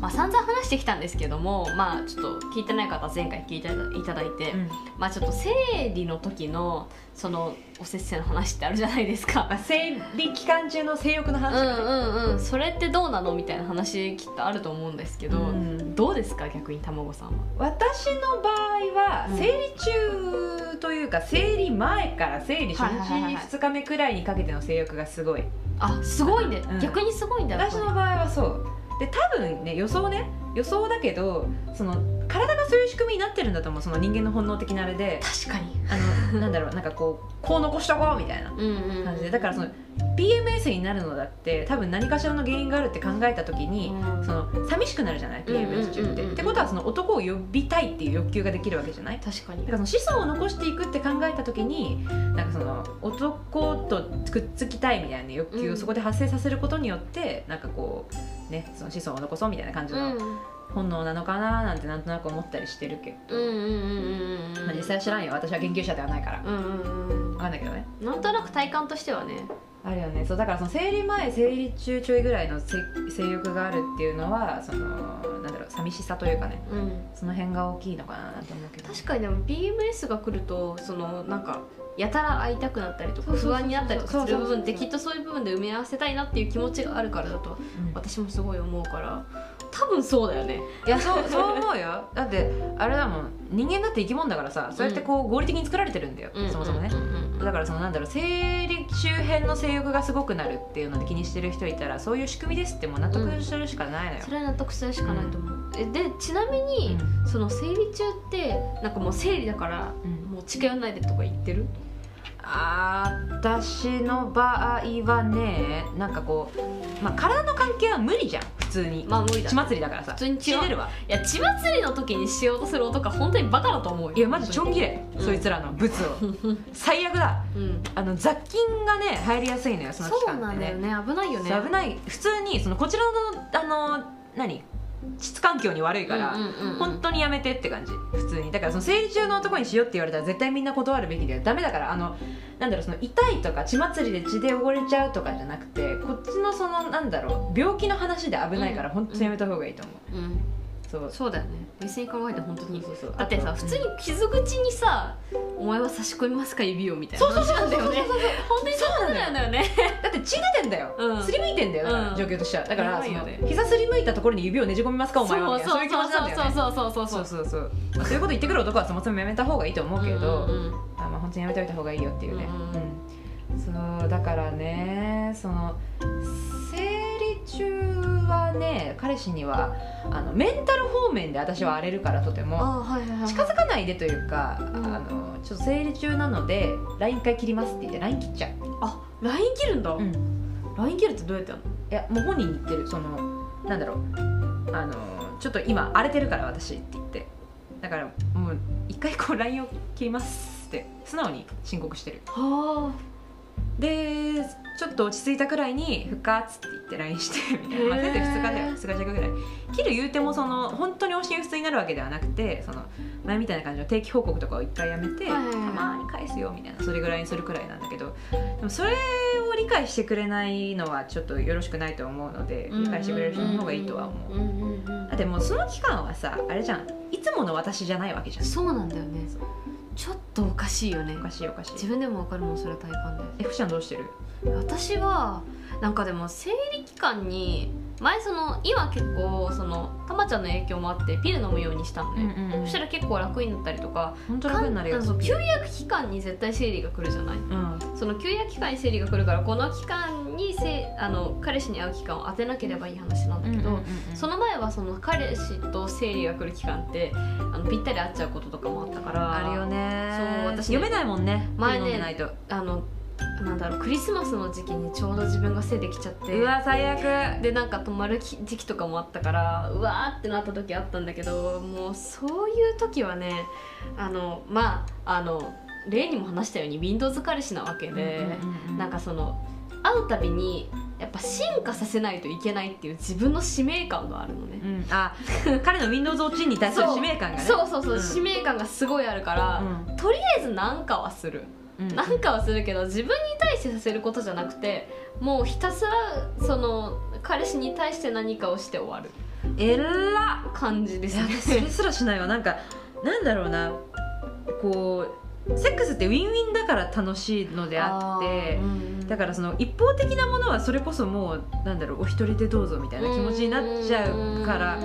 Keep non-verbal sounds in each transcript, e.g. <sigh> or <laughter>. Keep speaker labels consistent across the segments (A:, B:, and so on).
A: まあ、散々話してきたんですけども、まあ、ちょっと聞いてない方前回聞いていただいて、
B: うん
A: まあ、ちょっと生理の時のそのおせっせの話ってあるじゃないですか
B: まあ、生理期間中の性欲の
A: うん
B: 話
A: う
B: じゃない
A: んうんそれってどうなのみたいな話きっとあると思うんですけど、
B: うん
A: どうですか逆に卵さんは
B: 私の場合は
A: うん
B: 生理中というか生理前から生理初
A: はいはいはい
B: 日
A: はい
B: 2日目くらいにかけての性欲がすごい
A: あすごいね、
B: うん
A: 逆にすごいんだよ
B: 私の場合はそうで多分ね予想ね予想だけどその体がそういう仕組みになってるんだと思うその人間の本能的なあれで
A: 確かに
B: あ
A: <laughs>
B: のなんだろうなんかこうこう残しとこうみたいな
A: うんうん
B: 感じでだからその PMS になるのだって多分何かしらの原因があるって考えた時に、
A: うん
B: その寂しくなるじゃない
A: うんうんうんうん
B: PMS 中って。ってことはその男を呼びたいっていう欲求ができるわけじゃない
A: 確か
B: だ
A: に
B: からその子孫を残していくって考えた時になんかその男とくっつきたいみたいな欲求
A: う
B: を
A: ん
B: そこで発生させることによって、なんかこうねその子孫を残そうみたいな感じ
A: う
B: の
A: ん
B: 本能なのかななんてなんとなく思ったりしてるけど、
A: うんうんうんうんうん
B: まあ、実際は知らんよ私は研究者ではないから
A: うんうん
B: 分かんないけどね
A: うんなんとなく体感としてはね
B: あるよねそうだからその生理前生理中ちょいぐらいの性性欲があるっていうのはそのなんだろう寂しさというかね
A: うん
B: その辺が大きいのかななんて思うけど
A: 確かにでも PMS が来るとそのなんかやたら会いたくなったりとか
B: そうそうそうそう
A: 不安になったりとかする部分って
B: そうそうそうそう
A: きっとそういう部分で埋め合わせたいなっていう気持ちがあるからだと
B: うん
A: 私もすごい思うから多分そうだよね
B: いやそうそう思うよだってあれだもん人間だって生き物だからさそうやってこう合理的に作られてるんだよ、そもそもね
A: うんうんうんうん
B: だからそのなんだろう生理周辺の性欲がすごくなるっていうので気にしてる人いたらそういう仕組みですってもう納得するしかないのよ、
A: それは納得するしかないと思う、えでちなみに、その生理中ってなんかもう生理だから
B: うんうん
A: もう近寄らないでとか言ってる
B: あー私の場合はねなんかこう、まあ、体の関係は無理じゃん普通に、
A: まあ無理だ
B: 血祭りだからさ
A: 普通に血
B: 血
A: は
B: 出るわ
A: いや血祭りの時にしようとする男は本当にバカだと思うよ
B: いやマジちょん切れ、
A: うん
B: そいつらのブツを
A: <laughs>
B: 最悪だ
A: うん
B: あの雑菌がね入りやすいのよその期
A: そう
B: 間
A: な
B: って
A: んだ
B: ね
A: よね危ないよね
B: そう危ない普通にそのこちらのあの何質環境に悪いから、
A: うんうんうんうん
B: 本当にやめてって感じ普通にだからその生理中の男にしようって言われたら絶対みんな断るべきだよダメだからあのなんだろうその痛いとか血祭りで血で汚れちゃうとかじゃなくてこっちのそのなんだろう病気の話で危ないから
A: うん
B: 本当にやめた方がいいと思う、
A: うん
B: そう
A: そうだよね冷静に考えて本当に
B: そうそう
A: だってさ普通に傷口にさ「お前は差し込みますか指を」みたいな
B: そうそう
A: 話
B: そう
A: な
B: そ
A: ん
B: う
A: だ
B: そ
A: よ
B: う
A: ね本当にそうなんだよね
B: だって血出てんだよ、
A: うん
B: すりむいてんだよだから、
A: うん
B: 状況としてはだか
A: や
B: ら
A: ば
B: そ
A: いよ
B: の、
A: ね
B: 膝すりむいたところに指をねじ込みますかお前はみたいなそういう気持ちなんだよね
A: そうそうそうそ
B: そう
A: そうそ
B: うそうそう、まあ、そういうこと言ってくる男はそもそもやめた方がいいと思う
A: う
B: けど、
A: うんうんうん
B: あまあ本当にやめておいた方がいいよっていうね、
A: うん
B: うんそうだからねその生理中はね彼氏にはあのメンタル方面で私は荒れるからとても
A: あはいはいはい
B: 近づかないでというか、
A: うん
B: あのちょっと生理中なので LINE 一回切りますって言って LINE 切っちゃう、
A: あライン切るんだ
B: い
A: ライン切るってどうやってやるの
B: やもう本人に言ってるそのなんだろうあのちょっと今荒れてるから私って言ってだからもう一回こう LINE を切りますって素直に申告してる
A: は
B: でちょっと落ち着いたくらいに「復活」って言って LINE してみたいな、まあ、
A: へー
B: せいぜい2日だよ2日弱ぐらい切る言うてもその本当に往診不通になるわけではなくてその前みたいな感じの定期報告とかを1回やめて、
A: はいはいはい
B: たまに返すよみたいなそれぐらいにするくらいなんだけどでもそれを理解してくれないのはちょっとよろしくないと思うので
A: あ
B: 理解してくれる人の方がいいとは思う。
A: んうんうん
B: だってもうその期間はさあれじゃんいつもの私じゃないわけじゃん
A: そうなんだよね
B: そう
A: ちょっとおかしいよね
B: おかしいおかし
A: 自
B: い
A: 分でもわかるもんそれは体感で
B: F ちゃんどうしてる
A: 私はなんかでも生理期間に前その今結構そのたまちゃんの影響もあってピル飲むようにしたのね、
B: んう
A: そしたら結構楽になったりとか
B: 本当楽になるよ
A: かんそう休薬期間に絶対生理が来るじゃない
B: うん
A: その休薬期間に生理が来るからこの期間にせあの彼氏に会う期間を当てなければいい話なんだけど、そ
B: の
A: の前はその彼氏と生理が来る期間ってあのぴったり会っちゃうこととかもあったから
B: あるよね
A: そう私ね
B: 読めないもんね
A: 前ね
B: 読んでないと
A: あのなんだろうクリスマスの時期にちょうど自分が背できちゃって
B: うわ最悪
A: でなんか泊まる時期とかもあったからうわーってなった時あったんだけどもうそういう時はねあのまああの例にも話したように Windows 彼氏なわけで、なんかその会うたびにやっぱ進化させないといけないっていう自分の使命感があるのね
B: う、んあ彼の Windows 落ちに対する
A: そう
B: 使命感がね
A: そうそうそう、
B: うん
A: 使命感がすごいあるから、とりあえずなんかはする
B: うんうん
A: なんかはするけど自分に対してさせることじゃなくてもうひたすらその彼氏に対して何かをして終わる <laughs>
B: えらっ
A: 感じで
B: いや私
A: す
B: それ
A: ね
B: すらしないわなんかなんだろうなこうセックスってウィンウィンだから楽しい <laughs> のであってだからその一方的なものはそれこそもうなんだろうお一人でどうぞみたいな気持ちになっちゃうから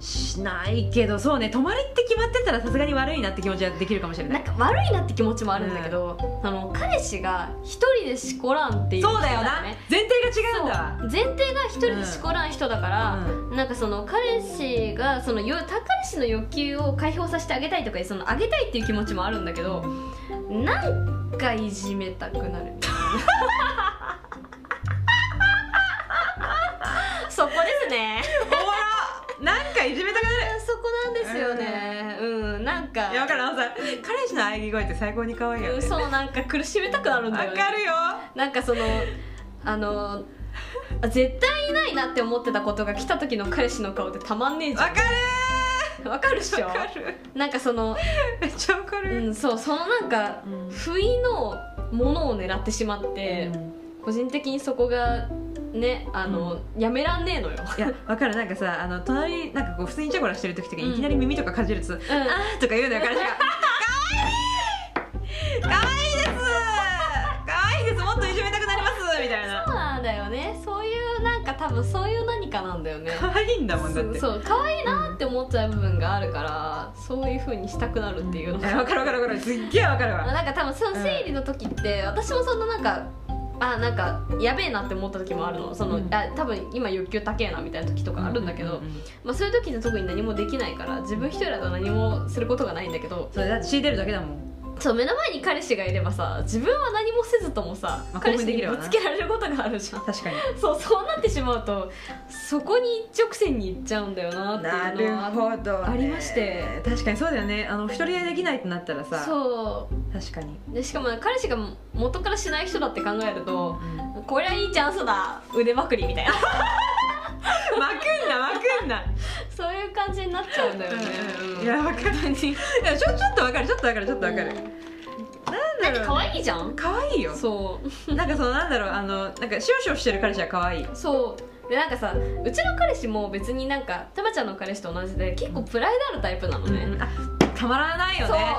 B: しないけどそうね泊まりって決まってたらさすがに悪いなって気持ちはできるかもしれな
A: なん
B: い
A: か悪いなって気持ちもあるんだけど、あの彼氏が一人でしこらんっていう人
B: そうだよな
A: ね
B: 前提が違うんだわ
A: そう前提が一人でしこらん人だから、なんかその彼氏がそのよ彼氏の欲求を解放させてあげたいとかそのあげたいっていう気持ちもあるんだけどなんかいじめたくな
B: <laughs>
A: るそこですね
B: おもろなんかいじめたくなる
A: そこなんですよねうんなんか
B: いや分かるあのさ彼氏の喘ぎ声って最高に可愛いよ
A: うん
B: ね
A: そうなんか苦しめたくなるんだよ
B: 分
A: ね
B: かるよ
A: なんかそのあの絶対いないなって思ってたことが来た時の彼氏の顔ってたまんねえじ
B: 分か
A: ゃ
B: る
A: んわかるっしょ
B: わかる
A: なんかその
B: めっちゃ分か
A: う
B: る、
A: んそうそのなんか
B: うん
A: 不意のものを狙ってしまって、個人的にそこがねあの、やめらんねえのよ、
B: いや分かるなんかさあの隣なんかこう普通にイチャコラしてる時とかにいきなり耳とかかじると
A: うん、
B: 「あー」とか言うのよ彼氏が「かわいいかわいいですかわいいですもっといじめたくなります」みたいな
A: そうなんだよねそういうなんか多分そういう何かなんだよね
B: かわいいん <laughs> だもんだって
A: そう可愛いなって思っちゃう部分があるからそういう風にしたくなるっていうの
B: いや分かる分かる分かるすっげえ分かる
A: あ
B: わ
A: なんか多分その生理の時って、私もそんななんかあなんかやべえなって思った時もあるのその、
B: うん
A: あ多分今欲求高えなみたいな時とかあるんだけど、
B: うううん
A: まあ、そういう時って特に何もできないから自分一人だと何もすることがないんだけど
B: それだって敷いてるだけだもん
A: そう目の前に彼氏がいればさ自分は何もせずともさ、
B: まあ
A: 彼氏
B: 興奮でき
A: に
B: るわ
A: ぶ
B: な
A: つけられることがある
B: <laughs>
A: じゃん
B: 確かに
A: そうそうなってしまうとそこに一直線に行っちゃうんだよなっていうのは
B: ほどね
A: ありまして
B: 確かにそうだよねあの一人でできないってなったらさ
A: そ
B: 確かに
A: うでしかも彼氏が元からしない人だって考えると、
B: うん
A: こりゃいいチャンスだ腕まくりみたいな <laughs>
B: 巻くんな巻くんな
A: そういう感じになっちゃうんだよね、うん
B: <laughs> いやわかるいやちょちょっとわかるちょっとわかるちょっとわかる、な
A: だっ
B: ん
A: て
B: だ
A: 可
B: ろう
A: 愛いじゃん
B: 可愛いよ
A: そう
B: なんかそのなんだろうあのなんかシュウシュウしてる彼氏は可愛い
A: そうでなんかさうちの彼氏も別になんかタマちゃんの彼氏と同じで結構プライドあるタイプなのね、
B: うんあたまらないよ
A: そう
B: ね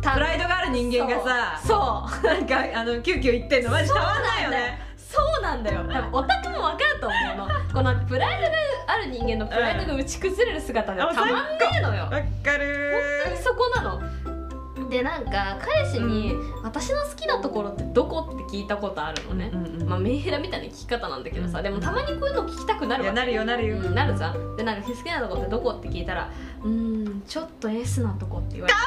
B: プライドがある人間がさ
A: そうそう
B: なんかあのキューキュー言ってんのマジたまらないよね
A: そうなんだよ多分オタクも分かると思うのこのプライドがある人間のプライドが打ち崩れる姿で
B: うん
A: たまんねえのよ
B: わかる
A: 本当にそこなのでなんか彼氏に「私の好きなところってどこ?」って聞いたことあるのね、
B: うんうん
A: まあ、メンヘラみたいな聞き方なんだけどさ、
B: うん
A: でもたまにこういうの聞きたくないる
B: や
A: わけ
B: なるよなるよ、
A: うんなるじゃんでなんか好きなとこってどこって聞いたら「うーんちょっとエスなとこ」って言われて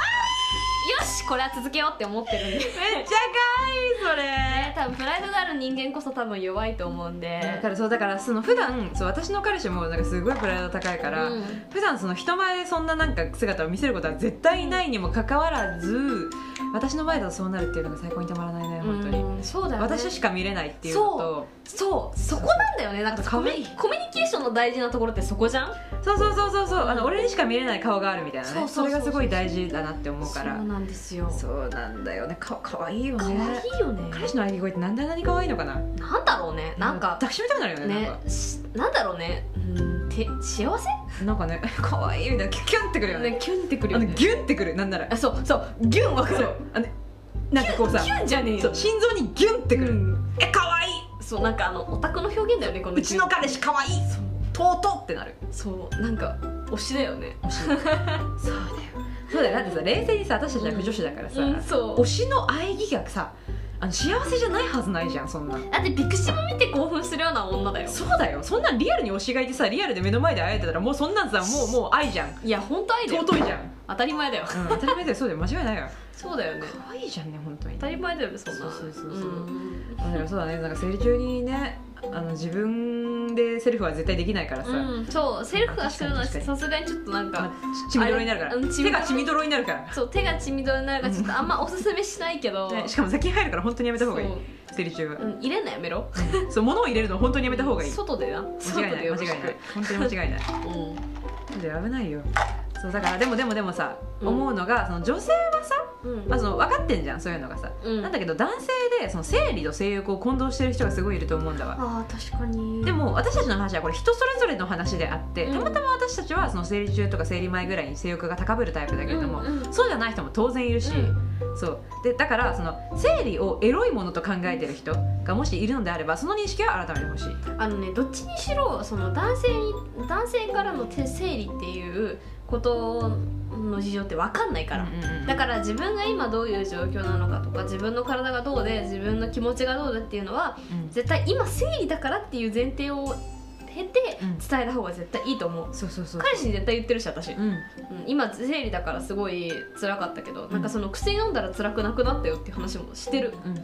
A: よしこれは続けようって思ってるんで
B: めっちゃ可愛い
A: 多分プライドがある人間こそ多分弱いと思うん
B: それ
A: で
B: だからそうだからその普段そう私の彼氏もなんかすごいプライド高いから、
A: うん
B: 普段その人前でそんななんか姿を見せることは絶対ないにもかかわらず私の前だとそうなるっていうのが最高にたまらないね本当に、
A: うんそうだよね
B: 私しか見れないっていうのと
A: そうそこなんだよねなんか
B: 可
A: コミ
B: 愛い
A: コミュニケーションの大事なところってそこじゃん
B: そうそうそうそうそうあの
A: うん
B: 俺にしか見れない顔があるみたいなね
A: そう
B: そ
A: そうそうそう
B: れがすごい大事だなって思うから
A: そうなんですよ
B: そうなんだよねかかわいいよ
A: 可愛
B: ね
A: いよね
B: 彼氏の喘ぎ声ってなんであんなに可愛いのかな
A: なんだろうねなんか
B: 抱きしめたくなるよね
A: ねしなんだろうねうんて幸せ
B: なんかなんかね可愛いみたいなキュキュンってくるよね
A: ねキュンってくる
B: あ
A: よ
B: の
A: ね
B: ギュンってくるなんなら
A: あそうそうギュンわか
B: そ
A: る
B: うあのなんかこうさ
A: キュンじゃねえ
B: そ
A: よ
B: う心臓にギュンってくる、
A: うん
B: え可愛い
A: そうなんかあのオタクの表現だよねこの
B: うちの彼氏可愛い
A: そう
B: とうとうってなる
A: そうなんか推しだよね
B: そうだよそうだよだってさ冷静にさ私たちは不女子だからさ、
A: うんそ
B: 推しの喘ぎがさあの幸せじゃないはずないじゃんそんな
A: うだってピクシブ見て興奮するような女だよ
B: そうだよそんなんリアルに推しがいてさリアルで目の前で会えてたらもうそんなんさもうもう愛じゃん
A: いや本当愛だよ
B: 尊いじゃん、
A: 当たり前だよ
B: うん、当たり前だよそうだよ間違いないよ
A: そうだよね
B: 可愛いじゃんね本当に
A: 当たり前だよねそんな
B: そうそうそうそうんだからそうだねなんか生理中にねあの自分でセルフは絶対できないからさ、
A: うんそうセルフがするのは
B: 確かに確
A: さすがにちょっとなん
B: ま
A: か
B: あち血みどろになるか
A: あれう
B: ら
A: ん血
B: 手
A: みどろ
B: が血みどろになるから
A: そう手が血みどろになるからちょっとあんまおすすめしないけど、
B: ねしかも先に入るから本当にやめた方がいい
A: そう
B: 生理中は
A: うん、入れんのやめろ
B: そう物を入れるの本当にやめた方がいい
A: 外でな
B: 間違いない間違いない本当に間違い <laughs> ない
A: うん
B: で危ないよそうだからでもでもでもさ、
A: うん
B: 思うのがその女性はさ
A: うん
B: まあ、その分かってんじゃんそういうのがさ、
A: うん
B: なんだけど男性でその生理と性欲を混同してる人がすごいいると思うんだわ
A: あー確かに
B: でも私たちの話はこれ人それぞれの話であって
A: うん
B: たまたま私たちはその生理中とか生理前ぐらいに性欲が高ぶるタイプだけれども、
A: うんうん
B: そうじゃない人も当然いるし、そうでだからその生理をエロいものと考えてる人がもしいるのであればその認識は改めてほしい。
A: あのねどっちにしろその男性に男性からの手生理っていうことの事情って分かんないから、だから自分が今どういう状況なのかとか自分の体がどうで自分の気持ちがどうだっていうのは
B: うん
A: 絶対今生理だからっていう前提を経て
B: うん
A: 伝えた方が絶対いいと思う
B: そうそうそう
A: 彼氏に絶対言ってるし私、うん、
B: うん
A: 今生理だからすごい辛かったけど、なんかその薬飲んだら辛くなくなったよっていう話もしてる、
B: うん、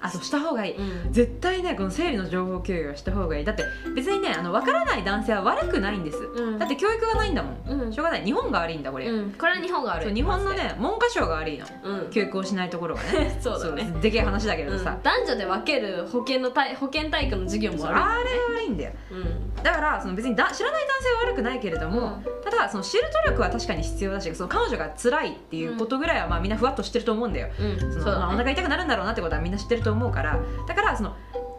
B: あそうした方がいい、
A: うん
B: 絶対ねこの生理の情報共有はした方がいいだって別にねあの分からない男性は悪くないんです、
A: うん、
B: だって教育がないんだもん、
A: うん
B: しょうがない日本が悪いんだこれ、
A: うん、これは日本があ
B: そ
A: る
B: う日本の、ね文科省が悪いの
A: うん、
B: 教育をしないところがね
A: そうだね
B: そうでけえ話だけ
A: う
B: ど
A: ん、
B: さ
A: 男、女で分ける保健の体保健体育の授業も
B: そう
A: あ
B: あ
A: る
B: れ悪いんだよ
A: うん
B: だからその別にだ知らない男性は悪くないけれども、ただその知る努力は確かに必要だしその彼女が辛いっていうことぐらいはまあみんなふわっとしてると思うんだよ、
A: うん、
B: そ
A: そう
B: の
A: だ
B: まあお
A: ね
B: 腹痛くなるんだろうなってことはみんな知ってると思うからだからその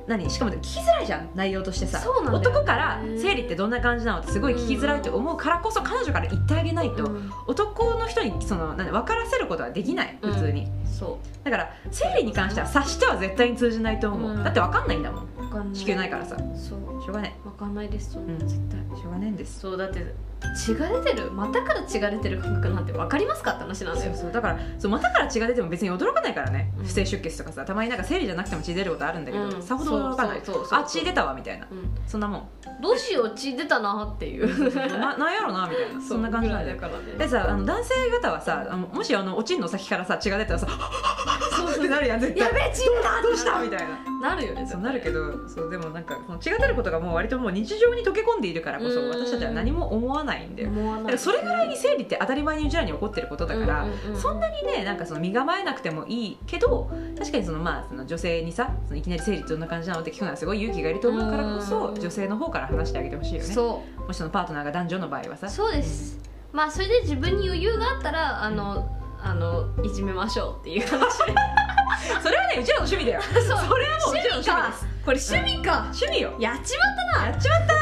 B: 何しかも聞きづらいじゃん内容としてさ
A: そうなんだよね
B: 男から生理ってどんな感じなのってすごい聞きづらいと思うからこそ彼女から言ってあげないと、
A: うん
B: 男の人にその何分からせることはできない普通に、
A: そ
B: だから生理に関しては察しては絶対に通じないと思う、
A: うん
B: だって分かんないんだもん
A: うわかん
B: 子宮ないからさ
A: そう
B: しょうがない
A: わかんないですよ、
B: ん
A: 絶対
B: しょうがないんです
A: そうだって血が出てる股から血が出てる感覚なんて分かりますかって話なんだ
B: そ
A: よ
B: うそうだからそう股から血が出ても別に驚かないからね、
A: うん
B: 不正出血とかさたまになんか生理じゃなくても血出ることあるんだけど、
A: うん
B: さほど驚かない
A: そうそうそうそう
B: あ血出たわみたいな
A: うん、
B: そんな
A: <laughs>
B: もん
A: どうしよう血出たなっていう
B: ななんやろなみたいなそんな感じなんだ
A: だ
B: よ
A: から
B: で
A: ね
B: さあの男性方はさあのもしあのおちんの先からさ血が出たらさ「 <laughs>
A: そう
B: っ
A: そ
B: て
A: う
B: なる <laughs> やん絶対
A: やべえ血出た
B: どうしたみたいな
A: なるよね
B: そうなるけどそうでもなんかこの血が出ることがもう割ともう日常に溶け込んでいるからこそ
A: うん
B: 私たちは何も思わないんだよ
A: 思わ
B: だ
A: な
B: か
A: い
B: らそれぐらいに生理って当たり前にうちらに起こってることだから、
A: うんうんうん
B: そんなにねなんかその身構えなくてもいいけど確かにそのまあその女性にさそのいきなり生理どんな感じなのって聞くのはすごい勇気がいると思うからこそ
A: うん
B: 女性の方から話してあげてほしいよね
A: そう
B: もしそのパートナーが男女の場合はさ
A: そうですまあそれで自分に余裕があったらあのあのいじめましょうって
B: <laughs>
A: いう話
B: それはねうちらの趣味だよ
A: そう
B: それはもううち
A: 趣
B: ら
A: 味
B: の趣味
A: か
B: です
A: これ趣味か、
B: 趣味よ
A: やっちまった
B: やっちまっ
A: な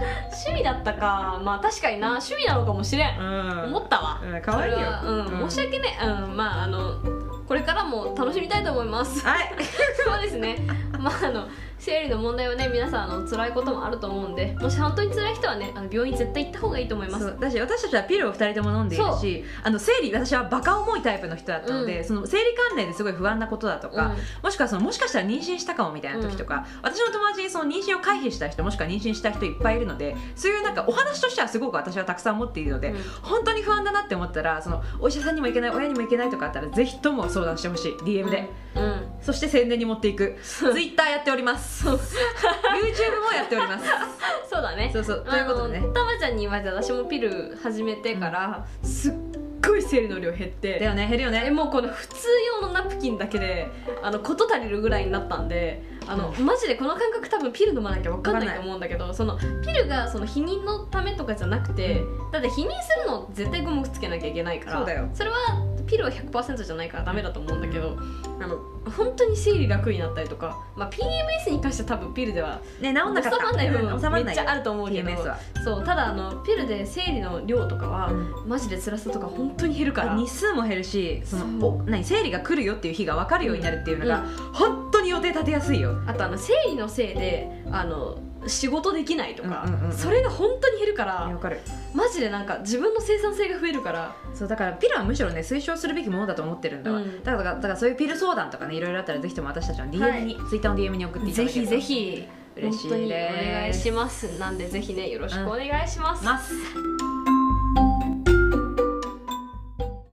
A: <laughs> 趣味だったかまあ確かにな趣味なのかもしれん、
B: た
A: 思
B: う
A: ったわ、
B: ん、うん、かわいいよ
A: それは、うん申し訳ねうんまああのこれからも楽しみたいと思います <laughs>
B: はい
A: そうですねまああの生理の問題はね皆さんあの辛いこともあると思うんでもし本当に辛い人はねあの病院絶対行った方がいいと思います
B: そうだし私たちはピルを2人とも飲んでいるしあの生理私はバカ重いタイプの人だったの
A: う
B: で、
A: ん
B: その生理関連ですごい不安なことだとか、
A: うん
B: もしくはそのもしかしたら妊娠したかもみたいな時とか、私の友達にその妊娠を回避した人もしくは妊娠した人いっぱいいるのでそういうなんかお話としてはすごく私はたくさん持っているので、
A: うん
B: 本当に不安だなって思ったらそのお医者さんにも行けない親にも行けないとかあったらぜひとも相談してほしい DM で。
A: うんうん
B: <laughs> そして宣伝に持っていく Twitter やっております YouTube もやっております
A: そうだね
B: そうそうということでね
A: あのたまちゃんに言われて私もピル始めてから、すっごい生理の量減っ
B: だ
A: て
B: よね減るよね
A: えもうこの普通用のナプキンだけであの事足りるぐらいになったんであの、マジでこの感覚多分ピル飲まなきゃ分かんないと思うんだけどそのピルがその避妊のためとかじゃなくて、だって避妊するの絶対ゴムつけなきゃいけないから
B: そうだよ
A: れはピルは100%じゃないからダメだと思うんだけどあの本当に生理楽になったりとか、まあ、PMS に関しては多分ピルでは
B: ね治んなかった
A: 収まんない部分
B: うん収まん
A: め
B: な
A: っ
B: い
A: ちゃあると思うけど
B: PMS は
A: そうただあのピルで生理の量とかは、マジで辛さとか本当に減るから
B: 日数も減るしその
A: そう
B: お何生理が来るよっていう日が分かるようになるっていうのが、
A: う
B: 本当に予定立てやすいよ
A: あとあの生理のせいであの仕事できないとか、
B: うんうんうんうん
A: それが本当に減るか
B: わ
A: ら
B: かる
A: マジでなんか自分の生産性が増えるから
B: そうだからピルはむしろね推奨するべきものだと思ってるんだわ、
A: うん
B: だからだからだからそういうピル相談とかねいろいろあったらぜひとも私たちの DM に、ツイッターの DM に送っていた
A: ぜ
B: だけ
A: ひ
B: れば
A: ぜひ
B: 嬉しい
A: 本当にお
B: です
A: 願いしますなんでぜひねよろしくお願いします、
B: ます